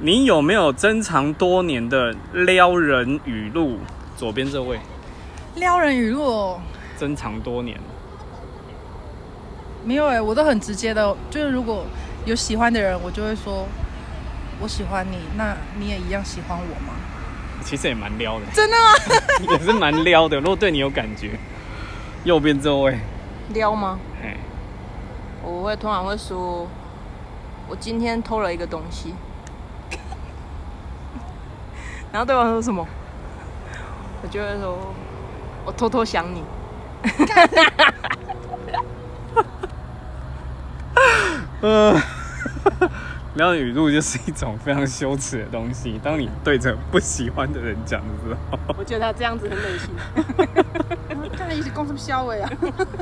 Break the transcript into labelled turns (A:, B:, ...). A: 你有没有珍藏多年的撩人语录？左边这位
B: 撩人语录哦
A: 珍藏多年，
B: 没有哎、我都很直接的，就是如果有喜欢的人，我就会说我喜欢你，那你也一样喜欢我吗？
A: 其实也蛮撩的，
B: 真的 吗？
A: 也是蛮撩的。如果对你有感觉，右边这位，
C: 撩吗？
A: 哎，
C: 我会通常会说，我今天偷了一个东西， 然后对方说什么，我就会说，我偷偷想你。
A: 呃，撩人语录就是一种非常羞耻的东西。当你对着不喜欢的人讲的时候，
C: 我觉得他这样子很恶心。
B: 看来一直公司不消委啊。